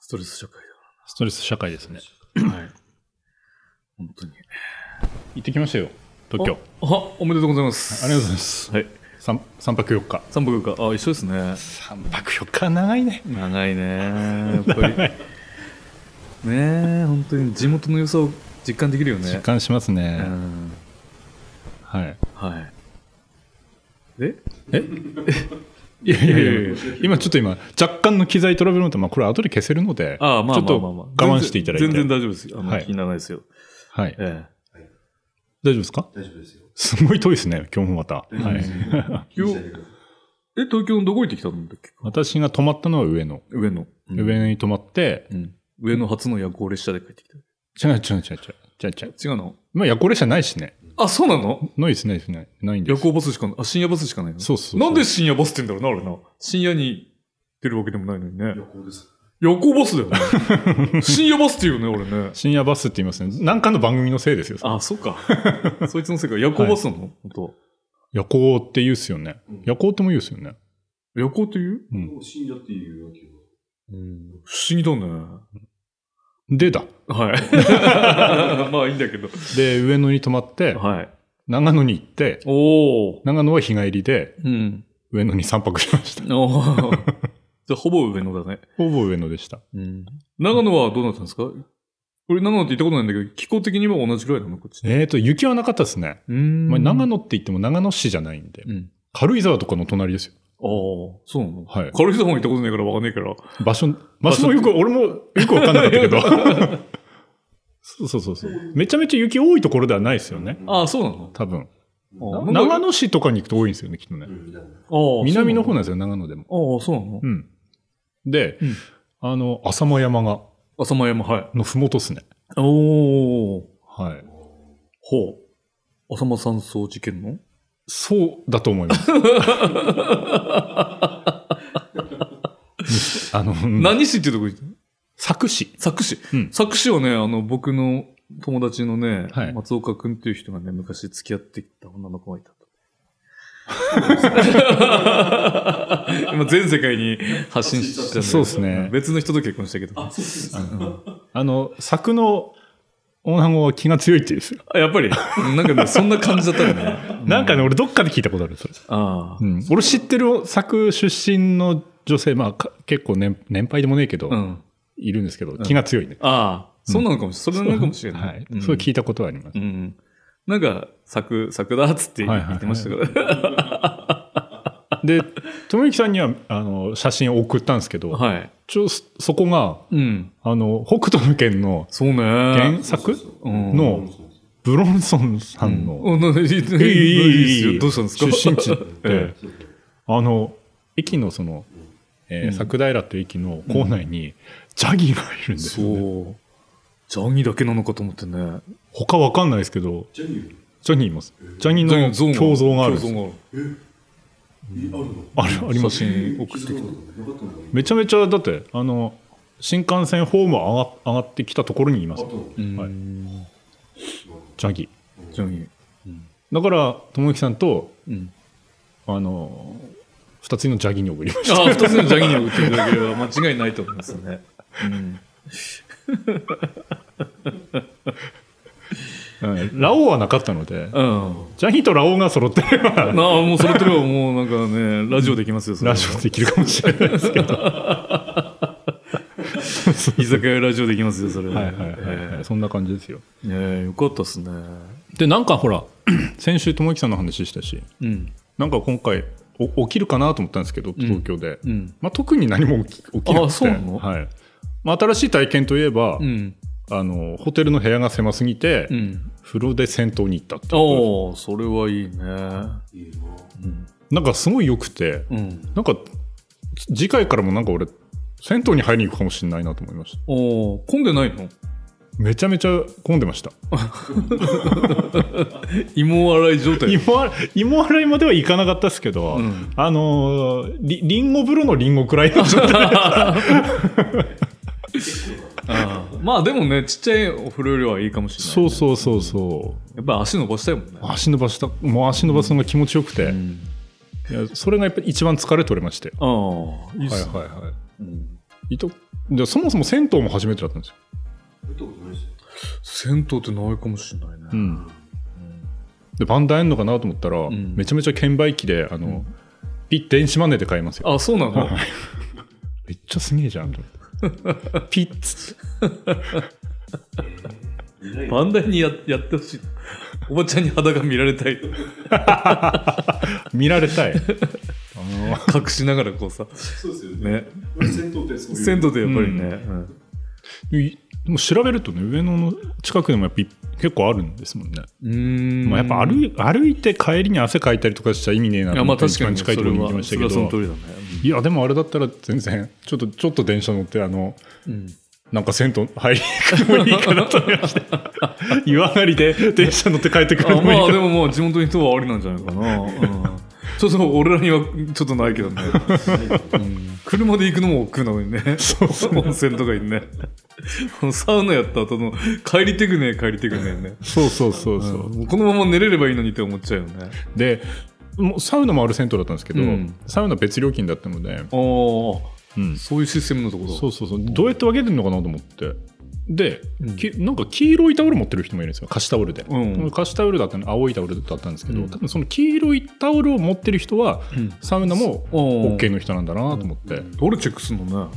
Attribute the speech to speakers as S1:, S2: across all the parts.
S1: ストレス社会
S2: ストレス社会ですね。
S1: だ。はい。本当に。
S2: 行ってきましたよ、東京。
S1: あ、おめでとうございます。
S2: ありがとうござい
S1: ま
S2: ます。
S1: はい。
S2: 三三泊四日。
S1: 三泊か。あ、一緒ですね。
S2: 三泊四日長いね。
S1: 長いね。やっ ぱり。ねえ、本当に地元の良さを実感できるよね。
S2: 実感しますね。
S1: うん。
S2: はい。
S1: はい。で
S2: えいやいやいやいや今ちょっと今、若干の機材トラブルのと、まあこれ後で消せるので、
S1: ああ、まあ
S2: ちょっ
S1: まあ
S2: と
S1: まあまあ。
S2: 我慢していただいて。
S1: 全然全然大丈夫ですよ。あの、
S2: はい
S1: 気にならないですよ。
S2: はい。大
S1: え
S2: 丈夫ですか
S3: 大丈夫ですよ。
S2: すごい遠いですね、今日もまた。
S3: 大丈
S2: は
S3: 夫で
S2: い
S3: す。よ。気にしないでください
S1: え。え、東京のどこ行ってきたんだっけ
S2: 私が泊まったのは上野。
S1: 上野。うん
S2: 上野に泊まって、
S1: うん。上野初の夜行列車で帰ってき
S2: 違う違う違う違う違う違う。
S1: た。違うの
S2: まあ夜行列車ないしね。
S1: あ、そうなの
S2: ないですないですない。ないんで
S1: 夜
S2: す。
S1: 行バスしかない。あ、深夜バスしかないの
S2: そうそうそう
S1: なんで深夜バスって言うんだろうな、あれな。深夜に出るわけでもないのにね。
S3: 旅行です。
S1: 夜行バスだよ ね。深夜バスって言うよね、俺ね。
S2: 深夜バスって言いますね。なんかの番組のせいですよ。
S1: あ、そうか。 そいつの世界、夜行バスなの、本当。
S2: 夜行って言うっすよね
S3: うん。
S2: 夜行っても言うっすよね。
S1: 夜行って言う
S2: うん
S3: もう死んじゃっているわけよ。
S1: 不思議だね。
S2: でだ。
S1: はい。 まあいいんだけど。
S2: で、上野に泊まって、
S1: はい。
S2: 長野に行って、
S1: おお。
S2: 長野は日帰りで、
S1: うん。
S2: 上野に散泊しました。
S1: おー じゃあほぼ上野だね。
S2: ほぼ上野でした。
S1: うん。長野はどうなったんですか俺長野って行ったことないんだけど、気候的には同じぐらいなのこっち。
S2: えーと、雪はなかったですね。
S1: うん
S2: まあ、長野って言っても長野市じゃないんで、
S1: うん。
S2: 軽井沢とかの隣ですよ。
S1: ああ、そうなの
S2: はい
S1: 軽井沢も行ったことないからわかんないから。
S2: 場所、場所もよく、俺もよくわかんなかったけど。 そうそうそうそう。めちゃめちゃ雪多いところではないですよね。
S1: ああ、そうなの
S2: 多分。
S1: あー
S2: 長野市とかに行くと多いんですよね、きっとね
S3: う。ん、だから
S1: ああ
S2: 南の方なん
S1: あ
S2: ですよ、長野でも。
S1: あー、そうなの
S2: うん。で、
S1: うん
S2: あの、浅間山が、
S1: 浅間山、はい。
S2: のふもとっすね。
S1: おお。
S2: はい。
S1: ほう。浅間山荘事件の
S2: そうだと思います。 あの、
S1: 何市っていうとこ行ったの
S2: 作詞。
S1: 作詞
S2: うん。
S1: 作詞はね、あの、僕の友達のね、
S2: はい
S1: 松岡くんっていう人がね、昔付き合ってきた女の子がい たと。今全世界に発信しちゃったんだけど
S2: そうですね
S1: 別の人と結婚したけど。
S3: あ、そうです
S2: あ
S3: ね。
S2: の、あの作の女子は気が強いって言うんですよ。
S1: あやっぱり、なんかね、そんな感じだったよね。
S2: なんかね、
S1: う、
S2: 俺どっかで聞いたことある、それ。
S1: ああ
S2: う。ん。俺知ってる作出身の女性、まあか結構年年配でもねえけど、
S1: うん。
S2: いるんですけど、
S1: ん
S2: 気が強いね。
S1: ああ、
S2: うん
S1: そうなのかもしれない。それなのかもしれない。
S2: はい。
S1: うん
S2: それ聞いたことはありま
S1: う。
S2: す
S1: ん。なんか、作、作だっつって言
S2: はいはいはい
S1: ってましたけど。
S2: で、友之さんには、あの、写真を送ったんですけど、
S1: はい。
S2: ちょ、そそこが、
S1: うん。
S2: あの、北斗の剣の
S1: そうね。
S2: 原作
S1: うん
S2: の
S3: そうそうそう
S2: ブロンソンさんの、
S1: うんいいいいいい
S2: いいいい
S1: いいですよ。どうしたんですか
S2: 出身地って、
S1: え
S3: そうそう
S2: あの、駅のその、えー
S1: うん
S2: 桜平という駅の構内に、ジャギーがいるんです
S1: そ
S2: よ、ね。
S1: う。ジャニーだけなのかと思ってね。
S2: 他わかんないですけど、
S3: ジャニー
S2: ジャニーいます。ジャニー
S1: ジャニー
S2: の胸像があるんですよ。
S1: 胸像が
S3: えあるの
S2: あれ、あります。
S1: 写真送
S3: 気
S1: っ
S3: づ
S1: て
S3: か
S1: きて。
S3: なかった。なかったの
S2: めちゃめちゃ、だって、あの、新幹線ホーム上が上がってきたところにいま
S3: あ
S2: す
S3: っ。たの
S1: うん
S2: はいジャギー。
S1: ジャニー。
S2: だから、友之さんと、
S1: うん。
S2: あの、二つのジャギーに送りまし
S1: ああ、二つのジャニーを送っていただければ間違いないと思いますね。うん。
S2: た。うんラオウはなかったので、
S1: うん。
S2: ジャギーとラオウが揃ってれば、
S1: なあ、もうそれってればもうなんかね、ラジオできますよ、それ
S2: ラジオできるかもしれないですけど。は
S1: 居酒屋ラジオできますよ、それ。
S2: いはいはい、
S1: え
S2: そんな感じですよ。
S1: えええよかったっすね。
S2: で、なんかほら、 先週、友之さんの話したし、
S1: うん。
S2: なんか今回、お起きるかなと思ったんですけど、東京で。
S1: うん。
S2: まあ、特に何も起き起きなくて
S1: あそうなの
S2: はいまあ、新しい体験といえば、
S1: うん。
S2: あの、ホテルの部屋が狭すぎて、
S1: うん。
S2: 風呂で銭湯に行ったってこ
S1: おおそれはいいね。
S3: いいな。
S1: うん。
S2: となんかすごい良くて、
S1: うん。
S2: なんか、次回からもなんか俺、銭湯に入りに行くかもしれないなと思いました。
S1: おお混んでないの
S2: めちゃめちゃ混んでました。
S1: 芋洗い状態。
S2: 芋洗い芋洗いまではいかなかったですけど、
S1: うん
S2: あのーりりんご風呂のりんごくらいの状態
S1: ああ まあでもね、ちっちゃいお風呂よりはいいかもしれない、
S2: そう
S1: う。
S2: そうそうそう
S1: やっぱ足伸ばしたいもんね。
S2: 足伸ばしたもう足伸ばすのが気持ちよくて、
S1: うん。
S2: いやそれがやっぱり一番疲れ取れまして
S1: ああ、いいっ
S2: はい
S1: すね。
S2: はいは
S1: うん
S2: いいとでそもそも銭湯も初めてだったんですよ。
S3: 行ったことないですよ。
S1: 銭湯ってないかもしれないね、
S2: うん、でバンダあんのかなと思ったら、
S1: ん
S2: めちゃめちゃ券売機であの、
S1: うん
S2: ピッ電子マネーで買いますよ。
S1: あそうなの
S2: はいめっちゃすげえじゃんと思って。ピッツ
S3: いないよ
S1: バンダイにややってほしいおばちゃんに肌が見られた い
S2: 見られたい。
S1: 隠しながらこうさ
S3: そうですよね。
S1: ね
S3: 銭湯ってそういう。
S1: 銭湯でやっぱりね、
S2: う
S1: うん
S2: いでも調べるとね上野の近くでもやっぱい結構あるんですもんね。
S1: うーん
S2: まあ、やっぱ歩い歩いて帰りに汗かいたりとかしちゃ意味ねえなと
S1: あま
S2: 思
S1: あ
S2: って
S1: 確
S2: 一
S1: か
S2: 番
S1: に
S2: 近いところに行きました
S1: それ
S2: け
S1: はその通
S2: ど。
S1: りだね
S2: いやでもあれだったら全然ちょっとちょっと電車乗ってあの
S1: うん
S2: なんか銭湯入りに行くのもいいかなと思いました湯上がりで電車乗って帰ってくる
S1: あ
S2: のもいい
S1: まあ
S2: か
S1: で
S2: な
S1: ももう地元の人はありなんじゃないかな、うん、 ちょっと俺らにはちょっとないけどね、うん、車で行くのも億劫なのにね
S2: そうそう
S1: 温泉とかにねこのサウナやった後の帰りてくね帰りてくねね、
S2: そう そうそうそう、
S1: うんこのまま寝れればいいのにって思っちゃうよね
S2: でもうサウナもある銭湯だったんですけど、
S1: うん
S2: サウナ別料金だったので、
S1: ああ
S2: うん
S1: そういうシステムのところ
S2: そうそうそうどうやって分けてるのかなと思ってで、
S1: うん
S2: きなんか黄色いタオル持ってる人もいるんですよ貸しタオルで、
S1: うん
S2: 貸しタオルだったの青いタオルだったんですけど、
S1: うん
S2: 多分その黄色いタオルを持ってる人は
S1: うん
S2: サウナも
S1: おー
S2: OK の人なんだなと思って、
S1: どれチェックするのね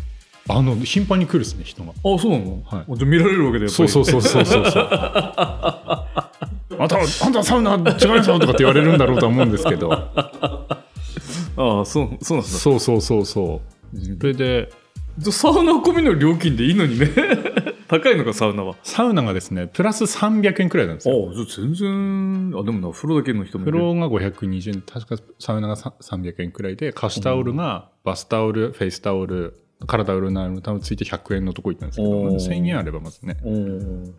S2: あの頻繁に来るっすね人が。
S1: あそうなの、
S2: はい
S1: あじゃあ見られるわけでやっぱ
S2: そう
S1: り
S2: そううそうそうそうそうあんた あんたサウナ違いますよとかって言われるんだろうとは 思うんですけど
S1: ああそうそうなんだ
S2: そうそうそうそうそれで
S1: じゃあサウナ込みの料金でいいのにね 高いのかサウナは
S2: サウナがですねプラス300円くらいなんですよ
S1: ああ、じゃあ全然、あ、でもな、風呂だけの人もい
S2: 風
S1: る。
S2: 呂が520円確かサウナがさ300円くらいで貸しタオルがバスタオルフェイスタオル体をなるのタオルついて100円のとこ行ったんですけど
S1: おー
S2: 1000円あればまずね
S1: うん。
S2: はい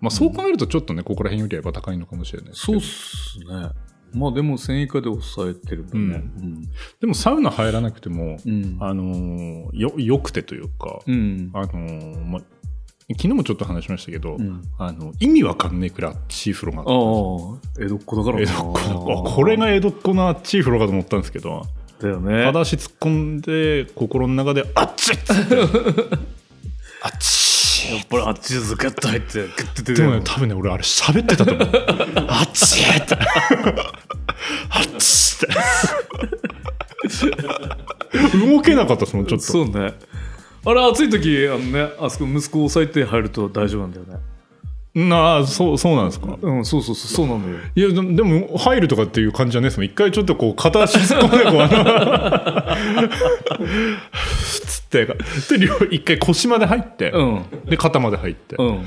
S2: まあそう考えるとちょっとねここら辺よりはやっぱ高いのかもしれないですけ
S1: そ
S2: ど
S1: うっすね。まあでも1000以下で抑えてるもんね。
S2: でもサウナ入らなくても
S1: うん。うん。
S2: あのーよよくてというか
S1: うん。
S2: あのーま昨日もちょっと話しましたけど、
S1: うん
S2: あの意味わかんねえくらいあっちい風呂があ
S1: あ
S2: っ
S1: あ、江戸っ子だから
S2: た江戸っ子のあ これが江戸っ子のあっちい風呂かと思ったんですけど
S1: だよね。
S2: ただし突っ込んで心の中で「あっち!」っ つって「あっち!」
S1: やっぱりあっちでズカッと入って、グッて出て
S2: でもね
S1: る
S2: 多分ね俺あれ喋ってた と思う「あっち!」って「あっち!」って動けなかったですもんちょっと
S1: そうね。あれ、暑い時、あのね、あそこ息子を抑えて入ると大丈夫なんだよね。
S2: なあそうそうなんですか
S1: うん、そうそうそう、そうなのよ。
S2: いやでもでも入るとかっていう感じじゃないですもん一回ちょっとこう片足突っ込んでこうあの つってで両一回腰まで入って、
S1: うん。
S2: で肩まで入って、
S1: うん。あ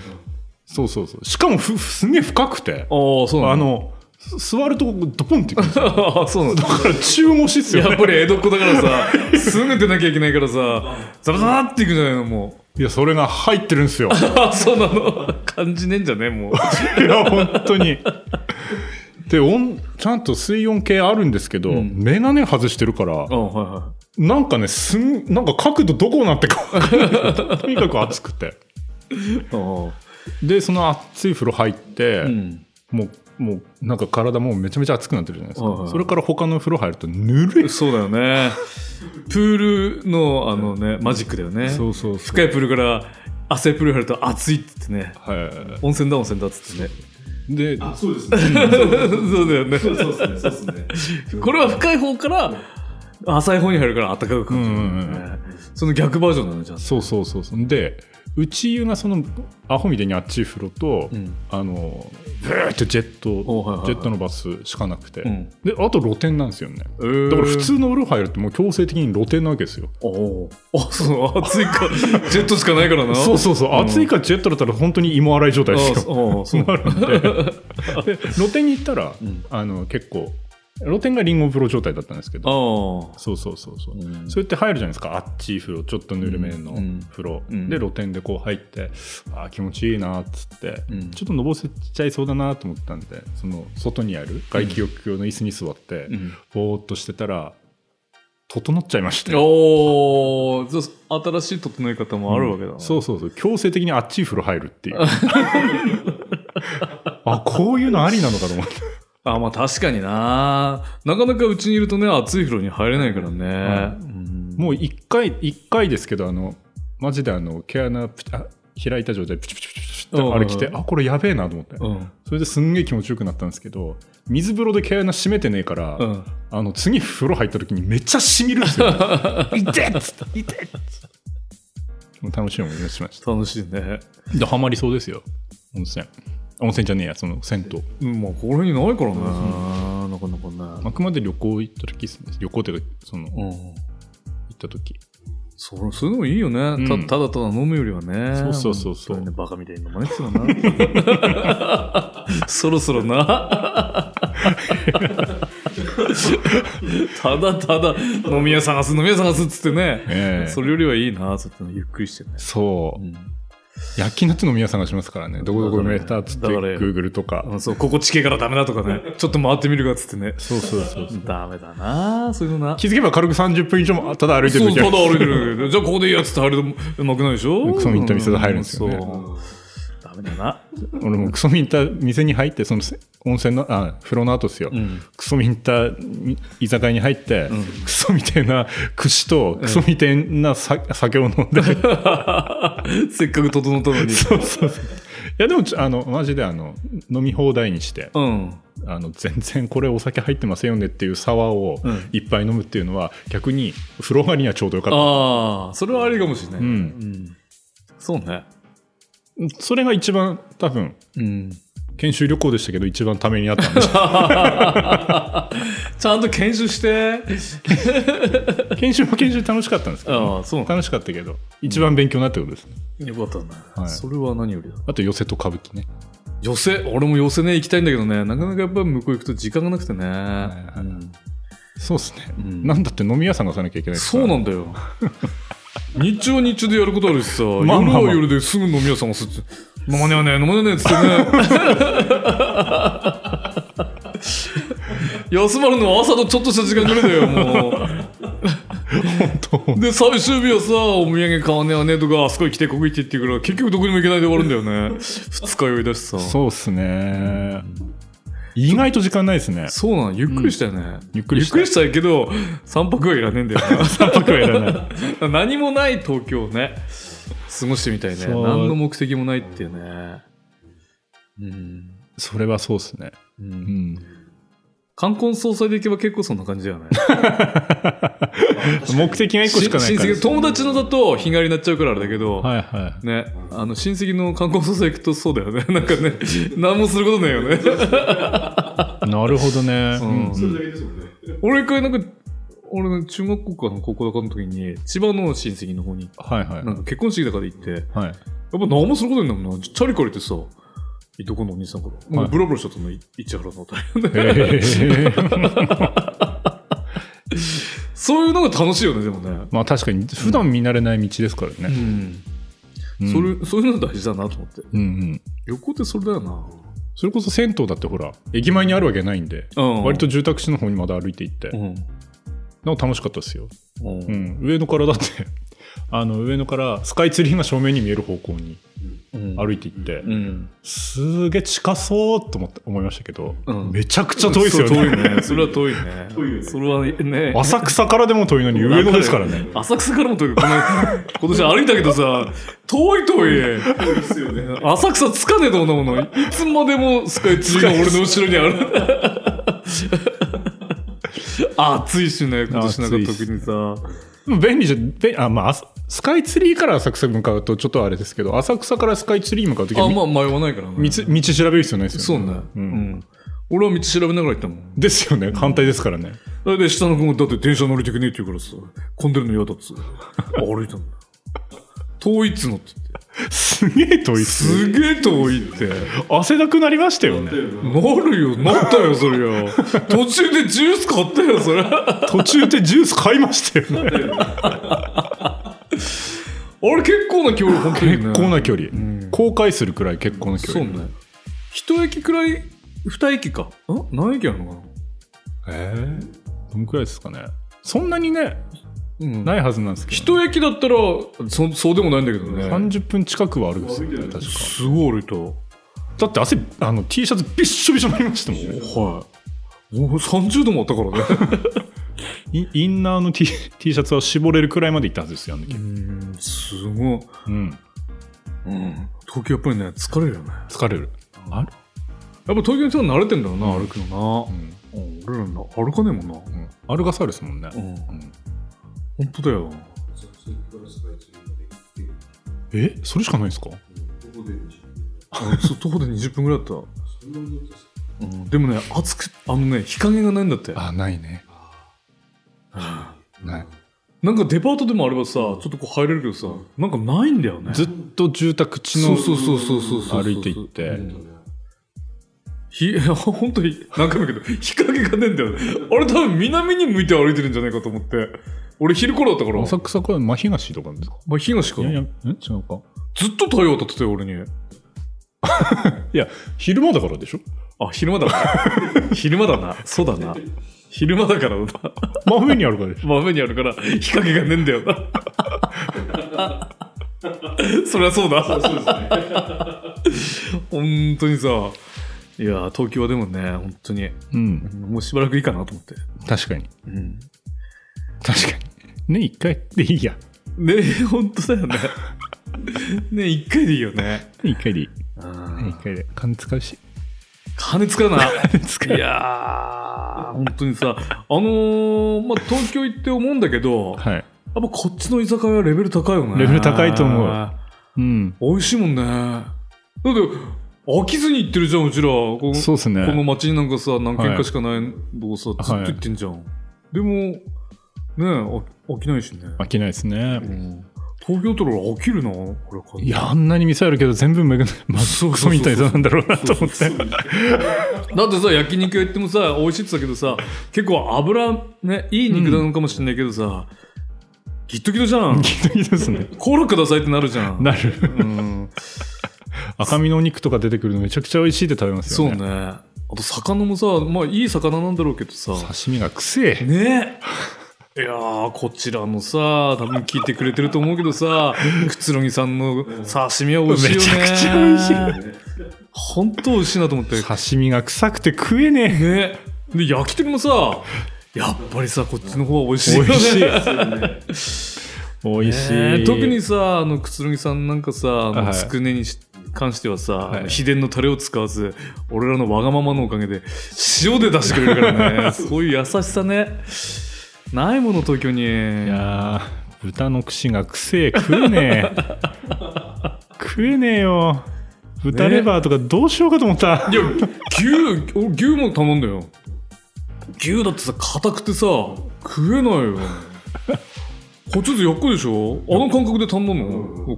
S2: そうそうそうしかもふすげえ深くて
S1: あ、そうな
S2: あ
S1: の。
S2: のす座るとこドポンっていくん ですよ
S1: ああ、そうなの。
S2: だから中腰っすよ
S1: やっ
S2: ね
S1: ぱり江戸っ子だからさ、すぐ出なきゃいけないからさ、ザラザラっていくんじゃないの、も
S2: いやそれが入ってるんで すよ
S1: う。あ、そうなの。感じねえんじゃねえ、もう。
S2: いや本当にで温ちゃんと水温計あるんですけど、
S1: うん
S2: メガネ外してるから
S1: あはいは
S2: なんかねすんなんか角度どこなってか分からないけどとにか く暑くて
S1: い。あ
S2: でその熱い風呂入って、
S1: うん。
S2: もうもうなんか体もうめちゃめちゃ熱くなってるじゃないですか、
S1: はいはい
S2: それから他の風呂入るとぬるい
S1: そうだよね。プールの、あのね、マジックだよね。
S2: うそう
S1: 深いプールから、汗プール入ると熱いって言ってね。
S2: は
S1: 温泉だ温泉だっつってね。
S2: いで
S3: あ、そうですね。
S1: そうだよね。
S3: そうですね。そうですね。
S1: これは深い方から、浅い方に入るから暖かく感じるんだよね、
S2: う
S1: その逆バージョンなのじゃん。
S2: そうそうそうそうで内湯がそのアホみたいにあっちい風呂と、
S1: うん
S2: あのブーってジェット、
S1: おはいはいはい
S2: ジェットのバスしかなくて、
S1: うん
S2: であと露天なんですよね
S1: えー
S2: だから普通のお風呂入るともう強制的に露天なわけですよ、
S1: おうあ、 そう、暑いか、ジェットしかないからな。
S2: そうそうそう、
S1: ん
S2: 暑いからジェットだったら本当に芋洗い状態ですよ
S1: ああ、そう。
S2: なるんでで 露天に行ったら、
S1: ん
S2: あの結構露天がリンゴ風呂状態だったんですけど
S1: ああ。
S2: そうそうそうそう、
S1: うん
S2: そうやって入るじゃないですかあっちい風呂ちょっとぬるめの
S1: うん
S2: 風呂、
S1: うん
S2: で露天でこう入ってあー気持ちいいなっつって、
S1: うん
S2: ちょっとのぼせちゃいそうだなと思ったんでその外にある外気浴用の椅子に座って、
S1: うん
S2: ぼーっとしてたら整っちゃいましたよ
S1: おーじゃあ新しい整え方もあるわけだな、
S2: そうそうそう強制的にあっちい風呂入るっていう あこういうのありなのかと思って
S1: あまあ確かにななかなかうちにいるとね暑い風呂に入れないからね、うん
S2: もう一回一回ですけどあのマジであの毛穴プチあ開いた状態でプチプチプチプチって
S1: うん
S2: あれ来てあこれやべえなと思って
S1: うん
S2: それですんげえ気持ちよくなったんですけど水風呂で毛穴閉めてねえから、
S1: うん
S2: あの次風呂入った時にめっちゃしみるんですよ 痛っつって痛っつってもう楽しい思い出しまし
S1: 楽しいね
S2: たでハマりそうですよ温泉温泉じゃねえやその銭湯
S1: うんまあこれにないからねなかなかね、
S2: あくまで旅行行った時ですね旅行っていうかその行
S1: うん
S2: った時
S1: そうそういうのもいいよね、
S2: ん
S1: たただただ飲むよりはね
S2: そうそうそうそう
S1: 本当にねバカみたいに飲まないっすよな そろそろな ただただ飲み屋探す飲み屋探すっつってね
S2: ええ
S1: それよりはいいなそうやってねゆっくりしてね、
S2: そう、
S1: うん
S2: 焼きナッツの宮さんがしますからねどこどこ埋めたっつっ
S1: だ
S2: てグ
S1: からよ
S2: ーグルとか
S1: あのそうここ地形からダメだとかねちょっと回ってみるかっつってね
S2: そうそうそうそう
S1: ダメだなそういうのな
S2: 気づけば軽く30分以上もただ歩いて
S1: そ
S2: る
S1: う
S2: 時
S1: た
S2: あ
S1: だ
S2: る
S1: 歩いてるじゃあここでいいやっつって入るとうまくないでしょ
S2: クソみたいな店で入るんですよね
S1: うそうダメだな
S2: 俺もクソミンタ店に入ってそのせ温泉のあ風呂の後ですよ、
S1: ん
S2: クソミンタに居酒屋に入って、クソみたいな串とクソみたいなさ酒を飲んで、い
S1: せっかく整ったのに。
S2: やでもちょあのマジであの飲み放題にして、
S1: うん。
S2: あの全然これお酒入ってませんよねっていうサワーを
S1: うん
S2: いっぱい飲むっていうのは逆に風呂上がりにはちょうどよかった、
S1: ああ、それはありかもしれない。
S2: うん
S1: んそうね。
S2: それが一番多分
S1: うん。
S2: 研修旅行でしたけど一番ためになったん で
S1: ちゃんと研修して。
S2: 研修も研修で楽しかったんですけど、
S1: ああ、 そうね。
S2: 楽しかったけど一番勉強になったことですね
S1: よかったね、
S2: はい
S1: それは何よりだ。
S2: あと寄せと歌舞伎ね
S1: 寄せ、俺も寄せね、行きたいんだけどね、なかなかやっぱり向こう行くと時間がなくてね。
S2: はい
S1: うん
S2: そうですね、
S1: うん
S2: なんだって飲み屋さんがさなきゃいけないですか
S1: そ
S2: ら
S1: うなんだよ。 日中は日中でやることあるしさ、
S2: まあまあまあ
S1: 夜は夜ですぐ飲み屋探すって。飲まねえねえ、飲まねえねえっつ ってね。休まるのは朝のちょっとした時間ぐらいだよ、もう。
S2: 本
S1: で、最終日はさ、お土産買わねえわねえとか、あそこ行きて、ここ行ってって言うから、結局どこにも行けないで終わるんだよね。二日酔いだしさ。
S2: 当
S1: そ
S2: そうっすね意外と時間ないですね
S1: うなの、ゆっくりしたよね。
S2: ゆっくりした
S1: ゆっくりしたいけど、三泊はいらねえんだよな。
S2: 3泊はいらない
S1: 何もない東京をね過ごしてみたいね
S2: そう
S1: 何の目的もないっていうねうん、
S2: それはそうっすね
S1: う、
S2: うんん
S1: 冠婚葬祭で行けば結構そんな感じだよ ね
S2: 目的が1個しかない
S1: し
S2: か
S1: 親
S2: ら
S1: 戚友達のだと日帰りになっちゃうからあれだけど、
S2: はいはい
S1: ね、あの親戚の冠婚葬祭行くとそうだよね なんかね何もすることないよね
S2: なるほどね。
S1: うん
S3: それだけですもんね。
S1: 俺一回なんか俺の中学校かの高校だかの時に千葉の親戚の方に
S2: はいはい
S1: なんか結婚式だから行って、
S2: はい。
S1: やっぱ何もすることないんだもんな。チャリ借りてさ、いとこのお兄さんから。もうブラブラしちゃったの、い市原のあたり。
S2: えー
S1: そういうのが楽しいよね、でもね。
S2: まあ確かに普段見慣れない道ですから
S1: う
S2: ね。
S1: ん。
S2: うん
S1: それ、そういうの大事だなと思って。
S2: うんうん。
S1: 旅行ってそれだよな。
S2: それこそ銭湯だってほら駅前にあるわけないんで、
S1: うん
S2: 割と住宅地の方にまだ歩いて行って、
S1: うん。
S2: なんか楽しかったですよ。
S1: うん
S2: うん、上野からだって あの上野からスカイツリーが正面に見える方向に
S1: うん。
S2: 歩いて行って、
S1: うん。
S2: すげえ近そうと思って思いましたけど、
S1: うん
S2: めちゃくちゃ遠いですよ
S1: そう
S2: ね。
S1: 遠いね。それは遠いね。
S3: 遠いよね
S1: それはね。
S2: 浅草からでも遠いのに上野ですからね。
S1: 浅草からも遠い。この 今年歩いたけどさ、遠い遠い。
S3: そうですよね。
S1: 浅草つかねえと思うの。いつまでもスカイツリーが俺の後ろにある。 暑いしね、今年なんか特にさ。
S2: でも便利じゃ便あ、まあ、あすスカイツリーから浅草に向かうとちょっとあれですけど浅草からスカイツリーに向かうとき
S1: あ、
S2: はみ
S1: まあ迷わないからね。
S2: 道道調べる必要ないです
S1: そ
S2: よ
S1: う
S2: ね。
S1: ね。うんん。俺は道調べながら行ったもん。
S2: ですよね反対ですからね。
S1: だって下の子もだって電車乗りたくねえって言うからさ、混んでるの嫌だっつう。 歩いたんだよ。遠いっつうのって言って。
S2: すげえ遠いっすね
S1: すげえ遠いって。
S2: 汗だくなりましたよね。
S1: なるよ、なったよ、そりゃ。 途中でジュース買ったよ、そりゃ。
S2: 途中でジュース買いましたよ ね。
S1: あれ結構な距離、本当にね
S2: 結構な距離、後悔するくらい結構な距
S1: そう
S2: 離。
S1: ね。一駅くらい、二駅か。ん何駅あるのかな
S2: えー、どのくらいですかね。そんなにね
S1: うん。
S2: ないはずなんですけど、ね。
S1: 一駅だったら、そそうでもないんだけどね。
S2: 30分近くはあるんですよね
S3: 歩いて
S2: 確
S3: る
S2: か。
S1: すごい歩いた。
S2: だって汗あの T シャツびっしょびしょになりましたもん。
S1: はい。お30度もあったからね。
S2: イインナーの T, T シャツは絞れるくらいまでいったはずですよ、あの
S1: う
S2: 時
S1: んすごい、
S2: うん。
S1: うん、東京やっぱりね疲れるよねやっ
S2: 疲れる。ある
S1: ぱ東京の人は慣れてんだろうな、
S2: うん
S1: 歩くのな、
S2: うん。
S1: うん、俺らな歩かねえもんな、
S2: うんアルガサウルスもんね。
S1: ん、
S2: うん
S1: 本当だよ
S2: えそれしかないんですか
S1: あそう徒歩で20分ぐらいだっ
S3: う
S1: た、うん、でもね暑くあのね日陰がないんだって
S2: あ、ないね。
S3: ん
S2: ない
S1: なんかデパートでもあればさちょっとこう入れるけどさなんかないんだよね
S2: ずっと住宅地
S1: そ
S2: の
S1: うそうそうそうそうそう
S2: 歩いていって。
S1: ひ 本当に何回も言うけど日陰がねえんだよねあれ多分南に向いて歩いてるんじゃないかと思って俺昼頃だったから
S2: 浅草から真東とかですか
S1: まあ、東か
S2: いやいや、
S1: ら
S2: ん違うか。
S1: ずっと太陽当たってたよ俺に
S2: 昼間だからでしょ
S1: あ昼間だ な昼間だなそうだな昼間だからだな
S2: 真上にあるからでしょ
S1: 真上にあるから日陰がねえんだよな そりゃそうだ本当にさいや東京はでもね本当に
S2: うん。
S1: もうしばらくいいかなと思って、
S2: 確かに。
S1: うん、
S2: 確かに。ね、一回でいいや。
S1: ね本当だよねね一回でいいよね
S2: 一回でいい。一回で。金使うし。
S1: 金使うな
S2: 使
S1: いやー本当にさあのーまあ東京行って思うんだけどやっ
S2: はい。
S1: ぱこっちの居酒屋レベル高いよね
S2: レベル高いと思ううん。
S1: 美味しいもんねだって飽きずに行ってるじゃんうちらこの
S2: そうですね。
S1: この町になんかさ何軒かしかないのをさ、
S2: い
S1: ずっと行ってんじゃん、でもねえ飽飽きないしね、
S2: 飽きないですね。
S1: 東京とら飽きるなこれ感じ
S2: いや、あんなにミサイルけど全部めぐない。まあ、
S1: そう
S2: ク
S1: そうそ
S2: ソ
S1: う
S2: みたいなんだろうなと思って。
S1: だってさ焼肉屋行ってもさ美味しいって言ってたけどさ結構油ねいい肉なのかもしれないけどさ、ギットギトじ ゃん
S2: ギトギトですね。
S1: コーラくださいってなるじゃん
S2: なる。
S1: うん
S2: 赤身のお肉とか出てくるのめちゃくちゃ美味しいって食べます
S1: そう
S2: よ
S1: ね
S2: ね。
S1: あと魚もさまあいい魚なんだろうけどさ
S2: 刺身がくせえ。
S1: ね えいやーこちらのさ多分聞いてくれてると思うけど さくつろぎさんの刺身は美味しいよね
S2: めちゃくちゃ美味しいよ
S1: 本当美味しいなと思って
S2: 刺身が臭くて食えね
S1: ねで焼き鳥もさやっぱりさこっちの方は美味しい
S2: え。
S1: よ
S2: 美
S1: ね
S2: 味しい。
S3: ね
S2: 美味しい、
S1: ねえ特にさあのくつろぎさんなんかさあ
S2: は
S1: の
S2: い
S1: つくねにし関してはさ、
S2: はい
S1: あの秘伝のタレを使わず俺らのわがままのおかげで塩で出してくれるからね そういう優しさねないもの東京に
S2: いやー豚の串がくせえ食えねえ 食えねえよ豚レバーとかどうしようかと思った、
S1: いや、牛、俺牛も頼んだよ。牛だってさ、硬くてさ、食えないよ。こっちでやっこでしょあの感覚で頼む
S3: う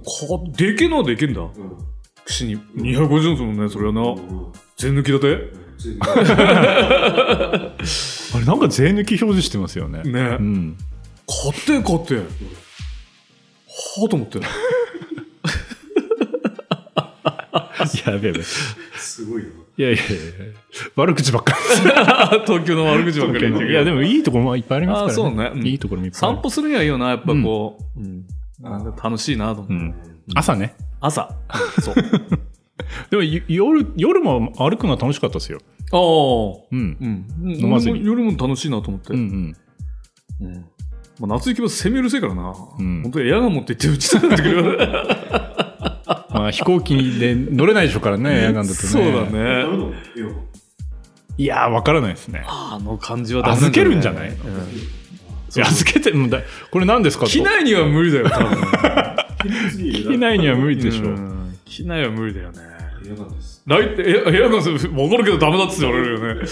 S1: のかでけえのはでけえんだ。串に。250円ですもんね、それはな。全抜きだて
S2: あれなんか税抜き表示してますよね
S1: ね
S2: う。ん
S1: 買って買って。はぁと思って。
S2: やべえやべえ
S3: すごいな。
S2: いやいやいや悪口ばっか
S1: 東京の悪口ばっかり言ってるけ
S2: り
S1: ど
S2: いやでもいいところもいっぱいありますからね
S1: あそうねうん
S2: いいところもいっぱいある
S1: 散歩するにはいいよな、やっぱこう。うんなんか楽しいなと思って
S2: うん朝ね
S1: 朝。そう。
S2: でもゆ夜夜も歩くのは楽しかったですよ、
S1: ああ。
S2: うん、
S1: うん、
S2: 飲まずに
S1: 俺も夜も楽しいなと思って、
S2: うんうん
S1: まあ、夏行けば攻めうるせえからな、
S2: ん
S1: 本当にエアガン持って行ってうちになってくる から
S2: まあ飛行機で乗れないでしょうからね夜間だとね
S1: そうだ
S3: ダメ
S1: ね
S3: なのいや
S2: いやーわからないですね
S1: あの感じはダメ
S2: 預けるんじゃない、
S1: うん
S2: いや預けてもだこれ何ですかと
S1: 機内には無理だよ多分
S2: 機内には無理でしょ、
S1: うん機内は無理だよね
S3: 嫌なんです。
S1: ライエアエアガン分かるけどダメだっつって言われるよね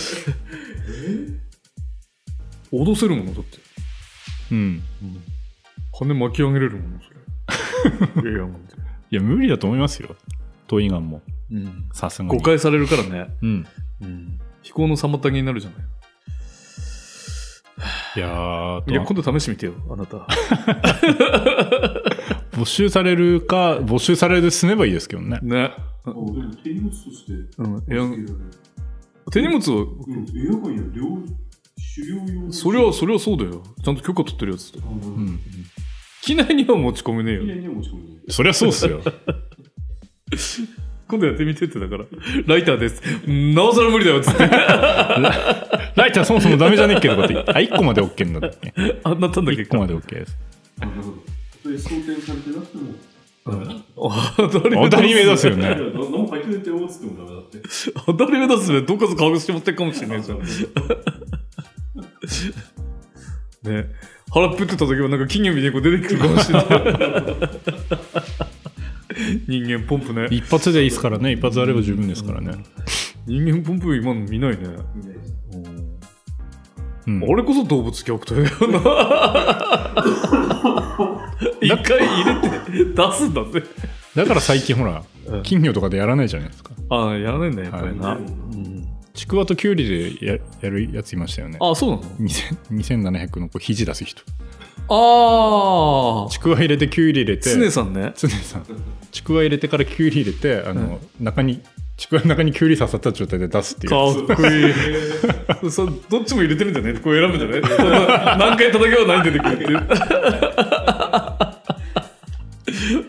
S1: 脅せるものだって
S2: うん
S1: 金巻き上げれるものそ れエアガンって、
S2: いや無理だと思いますよトイガンも
S1: うん、
S2: さすがに
S1: 誤解されるからね、
S2: うん、
S1: うん、飛行の妨げになるじゃない
S2: いやーあと
S1: いや、今度試してみてよ、あなた。
S2: 募集されるか募集されるで済めばいいですけどね
S1: ね。
S3: あでも手荷物として
S1: うん、エ
S3: エア
S1: ア
S3: ガ
S1: ガン
S3: ン
S1: 手荷物を、
S3: や両狩猟用の
S1: そりゃ、そりゃそうだよ。ちゃんと許可取ってるやつと。
S3: あの
S2: うん
S1: 機内には持ち込めねえ
S3: いや
S1: よ。
S3: いやもちろんね
S2: そりゃそうっすよ
S1: 今度やってみてってだから。ライターです。なおさら無理だよっつって。
S2: ライターそもそもダメじゃねえっけとかって。あ、1個まで OK なんだっけ
S1: あんなったんだ結
S2: ?1 個
S1: 構。
S2: まで OK です。
S3: あなるほど。たとえ装填されてなくても、ダメだ。
S1: あ当たり
S2: 当たり
S1: 目
S2: 目
S1: だ
S2: だ
S1: す。
S2: すよね
S3: だか。ら何も入ってないって思ってもダメだって。
S1: 当たり目だす ね。どっかず隠して持ってるかもしれないじゃん。ね。腹プってた時はなんか金魚みたいにこう出てくるかもしれない。人間ポンプね。
S2: 一発でいいですからね。一発あれば十分ですからね。
S1: 人間ポンプ今の見ないね。
S3: みたいな
S2: うん
S1: あれこそ動物虐待だよな。 一回入れて出すんだぜ。
S2: だから最近ほら
S1: うん、
S2: 金魚とかでやらないじゃないですか。
S1: ああ、やらないんだ、やっぱりな。
S3: はい
S2: ちくわときゅうりでややるやついましたよね。
S1: ああ、そうなの
S2: 2000 2700のこう肘出す人。
S1: ああ、
S2: ちくわ入れてきゅうり入れて。
S1: 常さんね。
S2: 常さんちくわ入れてからきゅうり入れてあの、中にちくわの中にきゅうり刺さった状態で出すっていう
S1: かっこいい。 そうどっちも入れてるんじゃないこう選ぶんじゃないそんな 何回叩けば何出てくるっていう。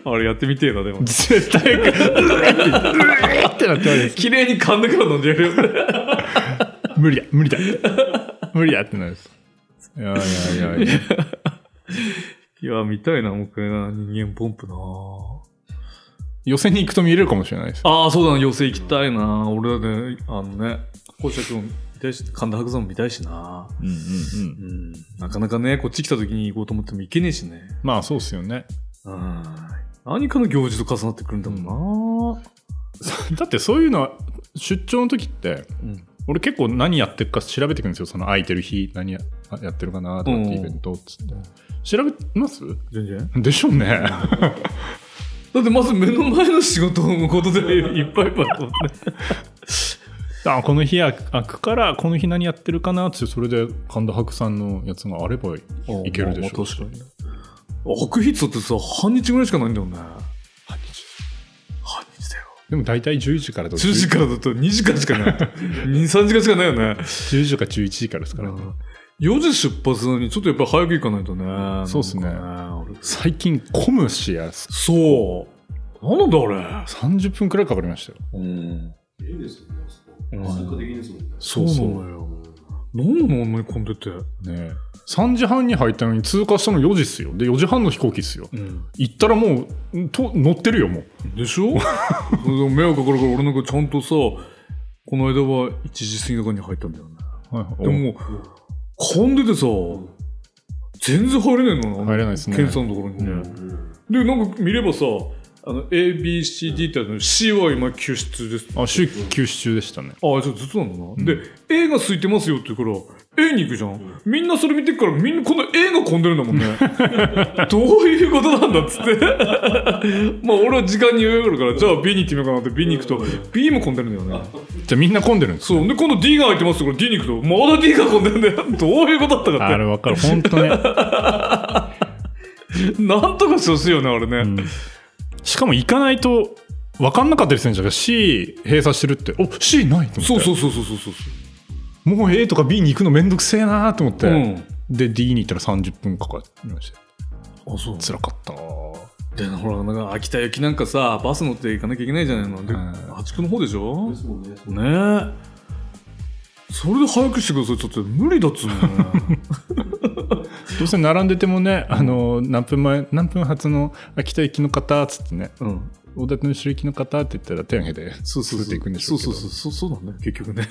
S1: あれやってみてえな、でも。
S2: 絶対うえってなってるわけです
S1: 綺麗に噛んでから飲んでやるよね。
S2: 無理だ無理だ無理だってなるんですいやいやいやいや
S1: いや、見たいな、もう一回な。人間ポンプな。
S2: 寄せに行くと見れるかもしれないです
S1: ああ、そうだな、寄席行きたいな。俺だね、あのね、校舎君見たいし、神田伯山も見たいしな。
S2: うんうんうん
S1: うん、なかなかね、こっち来た時に行こうと思っても行けねえしね。
S2: まあそうっすよね
S1: うん。何かの行事と重なってくるんだもんな。
S2: だってそういうのは出張の時って
S1: うん。
S2: 俺結構何やってるか調べてくんですよその空いてる日何ややってるかなとかってイベントっつって調べます
S1: 全然。
S2: でしょう ね
S1: だってまず目の前の仕事のことでいっぱいいっぱいだも んね。
S2: あこの日は開くからこの日何やってるかなってそれで神田伯さんのやつがあればいけるでしょ
S1: まあ確かに。悪筆ってさ、半日ぐらいしかないんだよね。
S2: 半
S1: 半日だよ。
S2: でも大体10時からと
S1: 10時からだと2時間しかない。2、3時間し かないよね。
S2: 10時か11時からですから、
S1: 4時出発なのにちょっとやっぱり早く行かないとね。
S2: そうっすね
S1: なんかね
S2: 最近混むしやす
S1: そう。なんだあ
S2: 30分くらいかかりましたよ
S1: れ。うん。
S3: いいですよね、あそこ。
S1: うん
S3: 参加できですもんね。
S1: そうなのよ。なんであんなに混んでて。
S2: ねえ3時半に入ったのに通過したの4時っすよで4時半の飛行機っすよ行ったらもうんと乗ってるよもう
S1: でしょそれでも迷惑かかるから俺なんかちゃんとさ、この間は1時過ぎとかに入ったんだよね。で
S2: でも
S1: も、混んでてさ、全然入れないの
S2: 入れないですね
S1: 検査のところにね。で、なんか見ればさ、あの、A、B、C、D ってあるのに C は今救出です。
S2: あ週休止中でしたね
S1: ああ、じゃあずっとなんだな。
S2: ん
S1: で、A が空いてますよって言うから、A に行くじゃん。みんなそれ見てっから、みんなこの A が混んでるんだもん ね。どういうことなんだっつって。 まあ俺は時間に余裕があるから、じゃあ B に行ってみようかなって B に行くと、B も混んでるんだよね。
S2: じゃあみんな混んでるんです
S1: そう。で、今度 D が空いてますから D に行くと、まだ D が混んでるんだ よ。どういうことだったか
S2: あ
S1: っ
S2: れ分かる本当 ね、
S1: て。なんとかしてほしいよね、あれ
S2: う
S1: ね。
S2: んしかも行かないと分かんなかったりするんじゃん C 閉鎖してるってお C ないと思って
S1: そうそうそうそうそうそう。
S2: もう A とか B に行くのめんどくせえなーと思って、
S1: うん。
S2: で D に行ったら30分かかりました
S1: あ、そう。
S2: 辛かったな
S1: で、ほら、なんか秋田行きなんかさ、バス乗って行かなきゃいけないじゃないの。で、
S2: うん
S1: 八地区の方でしょ
S3: ですもんね。そう
S1: ねえそれで早くしてくださいちょっと無理だっつうのね
S2: どうせ並んでてもね、あの何分前何分発の秋田行きの方っつってね
S1: うん
S2: 大館の後ろ行きの方って言ったら手挙げて
S1: そうそう
S2: 連れていくんでし
S1: そう
S2: ょうけ
S1: そ
S2: ど
S1: うそうそうそうなんだよ結局ね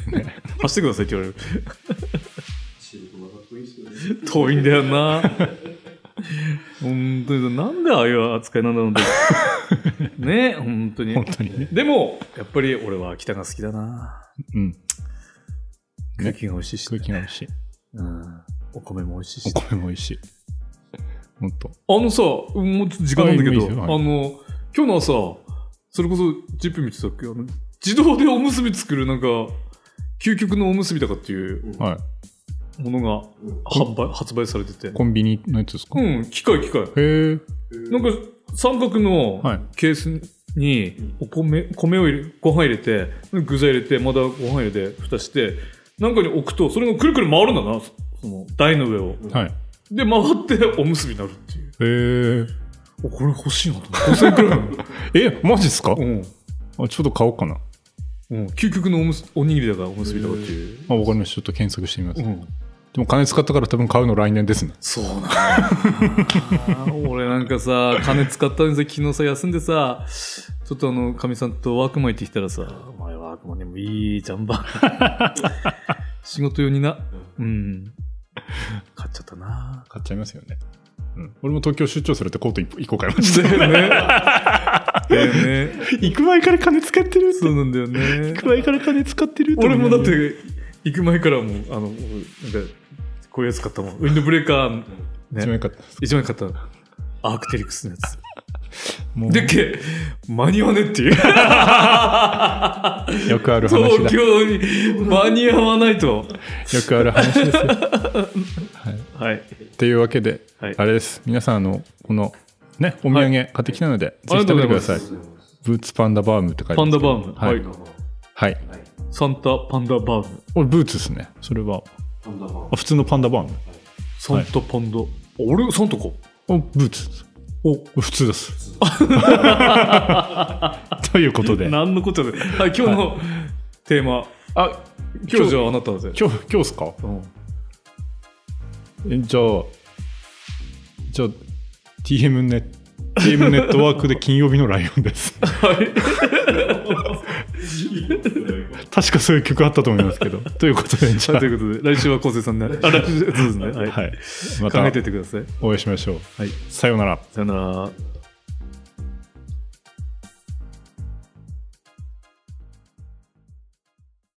S1: 走ってくださいって言われる
S3: 仕事がかっこいいですよね。
S1: 遠いんだよな本当になんでああいう扱いなんだろうってねえ本当に
S2: 本当にね
S1: でもやっぱり俺は秋田が好きだな
S2: うん
S1: 空気が美味しいし、
S2: 空気が美味しい
S1: うん、お米も美味しい
S2: お
S1: し
S2: 米も美味しい本当
S1: あのさ、もうちょっと時間なんだけど、
S2: はいいいですよはい
S1: あの、今日の朝、それこそ、ジップ見てたっけあの、自動でおむすび作る、なんか、究極のおむすびだかっていう
S2: はい
S1: ものが
S3: うん
S1: 販売、発売されてて。
S2: コンビニのやつですか、
S1: う
S2: へ
S1: ん、機械機械。
S2: え
S1: なんか、三角の
S2: はい
S1: ケースに、お米、米を入れ、ご飯入れて、具材入れて、まだご飯入れて、蓋して、なんかに置くと、それがくるくる回るんだな、そその、台の上を。
S2: はいへ
S1: で、回って、おむすびになるっていう。
S2: え
S1: おこれ欲しいなと思って。5000円くらいなの。
S2: えマジっすか
S1: うん。
S2: あちょっと買おうかな。
S1: うん、究極のおむすおにぎりだからおむすびだからっていう、
S2: あ、わかりました。ちょっと検索してみます。
S1: うん、
S2: でも金使ったから多分買うの来年ですね。
S1: そうなんだ俺なんかさ金使ったんですよ昨日さ休んでさちょっとあのかみさんとワークマン行ってきたらさ「お前ワークマンでもいいじゃんば仕事用になうん買っちゃったな
S2: 買っちゃいますよね。うん。俺も東京出張するってコート1個買いました。
S1: だよねだよね
S2: 行く前から金使ってるって
S1: そうなんだよね
S2: 行く前から金使ってる
S1: 俺もだっ
S2: 思うのに。
S1: て行く前からもうあのなんかこういうやつ買ったもんウィンドブレーカー、
S2: 一番
S1: ね、
S2: 良かったです
S1: 一枚買ったアークテリクスのやつ
S2: もう
S1: でっけ間に合わねえ っていう
S2: よくある話
S1: 東
S2: だ。
S1: 京に間に合わないと
S2: よくある話ですよ。
S1: はい
S2: っていうわけ で、
S1: はい
S2: あれです皆さんあのこのねお土産買ってきたので、ぜひ食べてください
S1: ありがと
S2: ブーツパンダバームって書いて
S1: パン
S2: ます
S1: ダ
S2: けど
S1: バームは、
S2: はいい、はい、
S1: サンタパンダバーム
S2: 俺ブーツですねそれは
S3: パンダマン
S2: あ普通のパンダバーム
S1: サンタパンダ、あ俺サンタか
S2: おブーツですお普通です ということで
S1: 何のことだよはい今日のテーマ、
S2: あ
S1: 今日じゃああなただぜ、
S2: 今日今日っすか
S1: うん、
S2: えじゃあじゃあ TM ネ TM ネットワークで金曜日のライオンです確かそういう曲あったと思いますけどということでじゃ
S1: はいということで来週は昴生さんねあ来週そうですねはい、
S2: あはいま
S1: 考
S2: た
S1: えていってください
S2: お会いしましょう
S1: はい
S2: さようなら
S1: さよなら